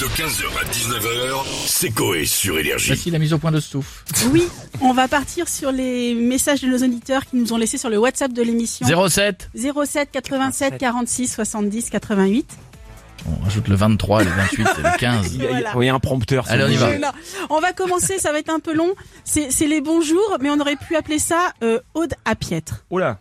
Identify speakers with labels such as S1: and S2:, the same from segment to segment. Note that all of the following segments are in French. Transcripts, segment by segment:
S1: De 15h à 19h, c'est Coé sur Énergie.
S2: Voici la mise au point de Stouff.
S3: Oui, on va partir sur les messages de nos auditeurs qui nous ont laissés sur le WhatsApp de l'émission.
S2: 07.
S3: 07 87 46 70 88.
S2: On rajoute le 23, le 28, et le 15.
S3: y a- Voilà.
S4: Oui, un prompteur.
S2: Allez, on y va.
S3: Je- là, on va commencer, ça va être un peu long. C'est c'est les bonjours, mais on aurait pu appeler ça euh, Aude à Piètre.
S4: Oula.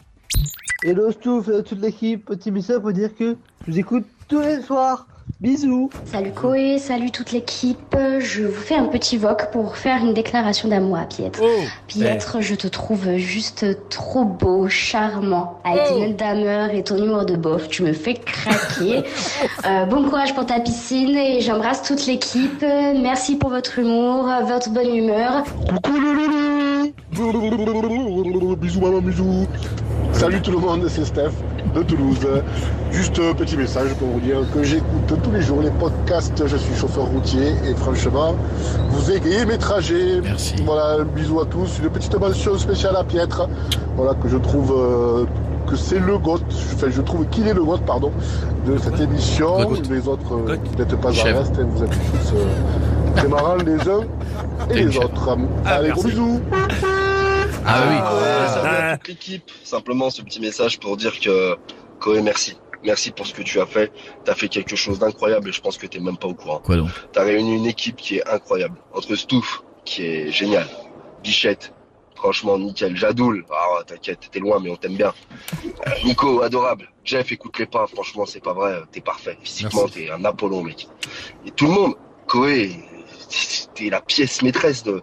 S5: Hello Stouff, hello toute l'équipe, petit message pour dire que je vous écoute tous les soirs. Bisous
S6: Salut Koé, salut toute l'équipe. Je vous fais un petit voc pour faire une déclaration d'amour à Pietre. Pietre, je te trouve juste trop beau, charmant. Avec tes lunettes d'hammer et ton humour de beauf, tu me fais craquer. Euh, bon courage pour ta piscine et j'embrasse toute l'équipe. Euh, Merci pour votre humour, votre bonne humeur.
S7: Bisous, maman, bisous. Salut tout le monde, c'est Steph de Toulouse. Juste un petit message pour vous dire que j'écoute tous les jours les podcasts. Je suis chauffeur routier et franchement, vous égayez mes trajets.
S2: Merci.
S7: Voilà, un bisou à tous. Une petite mention spéciale à Pietre. Voilà, que je trouve euh, que c'est le goth. Enfin, je trouve qu'il est le goth, pardon, de cette émission.
S2: Goth.
S7: Les autres euh,
S4: Goth.
S7: qui n'êtes pas
S2: Chef.
S7: en reste. hein, Vous êtes tous euh, très marrants les uns
S2: T'es
S7: et
S2: une
S7: les
S2: chef.
S7: autres. Allez, gros
S4: merci.
S7: bisous.
S2: Ah oui.
S8: Ouais,
S4: Ah.
S8: salut à toute l'équipe. Simplement ce petit message pour dire que Koé, merci. Merci pour ce que tu as fait. T'as fait quelque chose d'incroyable et je pense que t'es même pas au courant.
S2: Quoi donc
S8: T'as réuni une équipe qui est incroyable. Entre Stouff, qui est génial, Bichette, franchement nickel, Jadoul, ah t'inquiète, t'es loin mais on t'aime bien. Euh, Nico, adorable. Jeff, écoute les pas, franchement c'est pas vrai, t'es parfait. Physiquement,
S2: Merci.
S8: t'es un Apollon mec. Et tout le monde, Koé, t'es la pièce maîtresse de,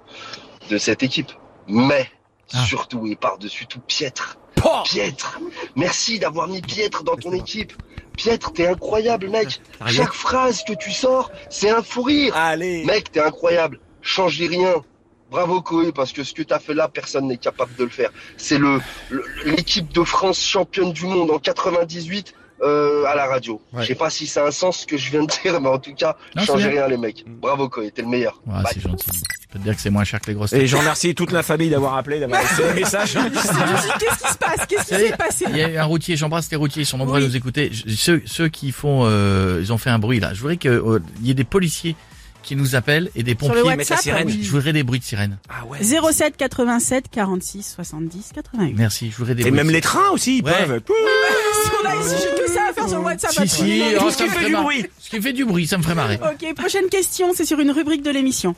S8: de cette équipe. Mais,
S2: Ah.
S8: surtout et par-dessus tout, piètre. Piètre, merci d'avoir mis Piètre dans ton équipe. Piètre, t'es incroyable mec.
S2: Ah,
S8: Chaque phrase que tu sors, c'est un fou rire.
S4: Allez.
S8: Mec, t'es incroyable. Changez rien. Bravo Koé, parce que ce que t'as fait là, personne n'est capable de le faire. C'est le le- l'équipe de France championne du monde en 98 euh, à la radio.
S2: Ouais.
S8: Je sais pas si ça a un sens ce que je viens de dire, mais en tout cas,
S2: Non, c'est
S8: changez
S2: bien.
S8: rien les mecs. Bravo Koé, t'es le meilleur.
S2: Ah,
S8: Bye.
S2: c'est gentil. Je peux te dire que c'est moins cher que les grosses
S4: Et
S2: têtes.
S4: je remercie toute la famille d'avoir appelé, d'avoir laissé le message.
S3: Je me suis dit, Qu'est-ce qui se passe Qu'est-ce qui
S2: Salut.
S3: s'est passé
S2: Il y a eu un routier, j'embrasse les routiers, ils sont nombreux à
S3: Oui.
S2: nous écouter. Je- Ceux, ceux qui font, euh, ils ont fait un bruit là. Je voudrais qu'il y ait des policiers qui nous appellent et des
S3: Sur le
S2: pompiers.
S4: mettent la
S3: WhatsApp
S4: sirène.
S3: oui.
S2: Je voudrais des bruits de sirène.
S4: Ah ouais.
S3: 07 87 46 70 88.
S2: Merci, je voudrais des
S4: Et
S2: bruits
S4: même
S2: de
S4: les trains aussi, ils
S2: Ouais.
S4: peuvent. Pouh.
S3: Si on a si j'ai que ça à faire sur le WhatsApp.
S2: Euh, Si,
S3: à tout
S2: si,
S3: le monde.
S2: oh,
S4: Tout ce
S2: ça me
S4: qui fait
S2: ferait
S4: du
S2: marrer.
S4: bruit.
S2: Ce qui fait du bruit, ça me ferait marrer.
S3: Ok, prochaine question, c'est sur une rubrique de l'émission.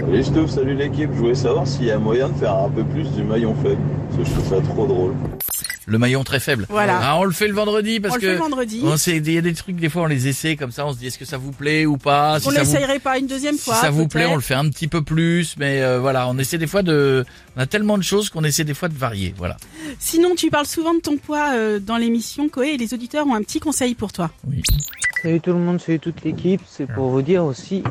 S9: Salut Stouff, salut l'équipe, je voulais savoir s'il y a moyen de faire un peu plus du maillon faible, parce que je trouve ça trop drôle.
S2: Le maillon très faible.
S3: Voilà.
S2: Ah, on le fait le vendredi parce
S3: on le
S2: que
S3: fait vendredi.
S2: on sait, il y a des trucs des fois on les essaie comme ça, on se dit est-ce que ça vous plaît ou pas. Ah, Si
S3: on
S2: ça vous
S3: l'essayerait pas une deuxième
S2: si
S3: fois.
S2: ça vous
S3: peut-être.
S2: plaît, on le fait un petit peu plus, mais euh, voilà, on essaie des fois de, on a tellement de choses qu'on essaie des fois de varier, voilà.
S3: Sinon, tu parles souvent de ton poids euh, dans l'émission, Koé, et les auditeurs ont un petit conseil pour toi.
S5: Salut tout le monde, salut toute l'équipe, c'est pour vous dire aussi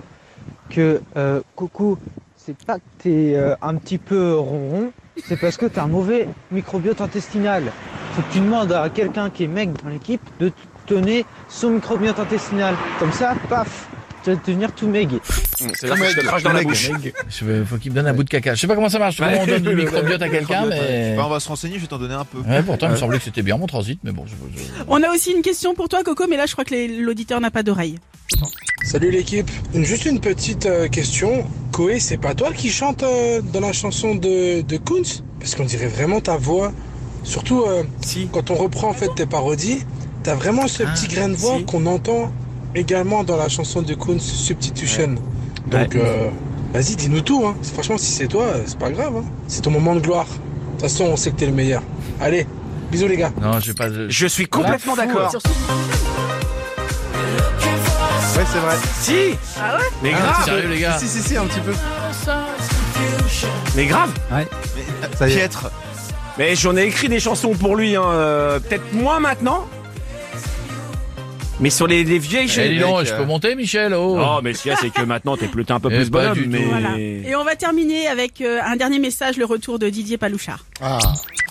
S5: que euh, Coco, c'est pas que t'es euh, un petit peu ronron, c'est parce que t'as un mauvais microbiote intestinal. Faut que tu demandes à quelqu'un qui est mec dans l'équipe de te donner son microbiote intestinal. Comme ça, paf, tu vas devenir tout meg.
S4: C'est là que je te crache dans la bouche.
S2: Je veux, faut qu'il me donne un bout de caca. Je sais pas comment ça marche. Comment on donne du
S4: Ouais.
S2: microbiote à quelqu'un, mais.
S10: Bah, on va se renseigner, je vais t'en donner un peu.
S2: Ouais, pourtant, il me semblait que c'était bien mon transit, mais bon. je- je-
S3: On a aussi une question pour toi, Coco, mais là, je crois que les- l'auditeur n'a pas d'oreille.
S11: Salut l'équipe. Juste une petite euh, question. Koé, c'est pas toi qui chante euh, dans la chanson de, de Kunz Parce qu'on dirait vraiment ta voix. Surtout euh,
S4: Si.
S11: quand on reprend en fait tes parodies, t'as vraiment ce
S2: Ah,
S11: petit grain de voix
S4: si.
S11: qu'on entend également dans la chanson de Kunz Substitution. Donc
S4: Ouais.
S11: euh, vas-y, dis-nous tout. Hein. Franchement, si c'est toi, euh, c'est pas grave. hein. C'est ton moment de gloire. De toute façon, on sait que t'es le meilleur. Allez, bisous les gars.
S2: Non, j'ai pas. de-
S4: Je suis complètement d'accord.
S10: Ouais, c'est vrai.
S4: Si.
S3: Ah ouais
S4: Mais grave.
S2: Sérieux, les gars.
S10: Si, si, si, un petit peu.
S4: Mais grave.
S10: Ça y est.
S2: Piètre.
S4: Mais j'en ai écrit des chansons pour lui, hein, euh, peut-être moins maintenant. Mais sur les, les vieilles
S2: Eh, dis
S4: chansons.
S2: donc,
S10: mec,
S2: je
S10: euh.
S2: peux monter, Michel, oh.
S4: Non, mais ce qu'il y a, c'est que maintenant, t'es plutôt un peu
S2: Eh,
S4: plus
S2: pas
S4: bonhomme.
S2: du tout.
S4: Mais...
S3: Voilà. Et on va terminer avec euh, un dernier message, le retour de Didier Palouchard.
S10: Ah.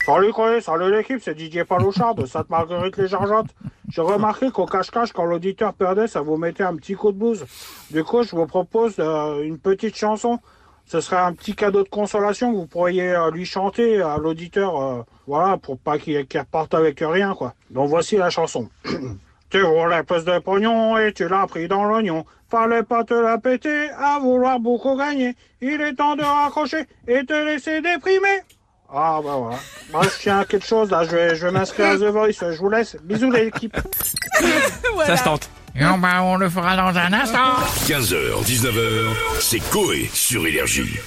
S9: Salut Coé, salut l'équipe, c'est Didier Palouchard de Sainte-Marguerite-les-Jargentes. J'ai remarqué qu'au cache-cache, quand l'auditeur perdait, ça vous mettait un petit coup de bouse. Du coup, je vous propose euh, une petite chanson. Ce serait un petit cadeau de consolation que vous pourriez euh, lui chanter à l'auditeur, euh, voilà, pour pas qu'il qu'il reparte avec rien, quoi. Donc voici la chanson. tu voulais plus de pognon et tu l'as pris dans l'oignon.
S5: fallait pas te la péter à vouloir beaucoup gagner. Il est temps de raccrocher et te laisser déprimer. Ah bah voilà. Moi je tiens à quelque chose là, je vais, je vais m'inscrire à The Voice, je vous laisse. Bisous l'équipe.
S4: Ça se tente.
S2: Non, bah, on le fera dans un instant.
S11: 15h, 19h, c'est Coé sur Énergie.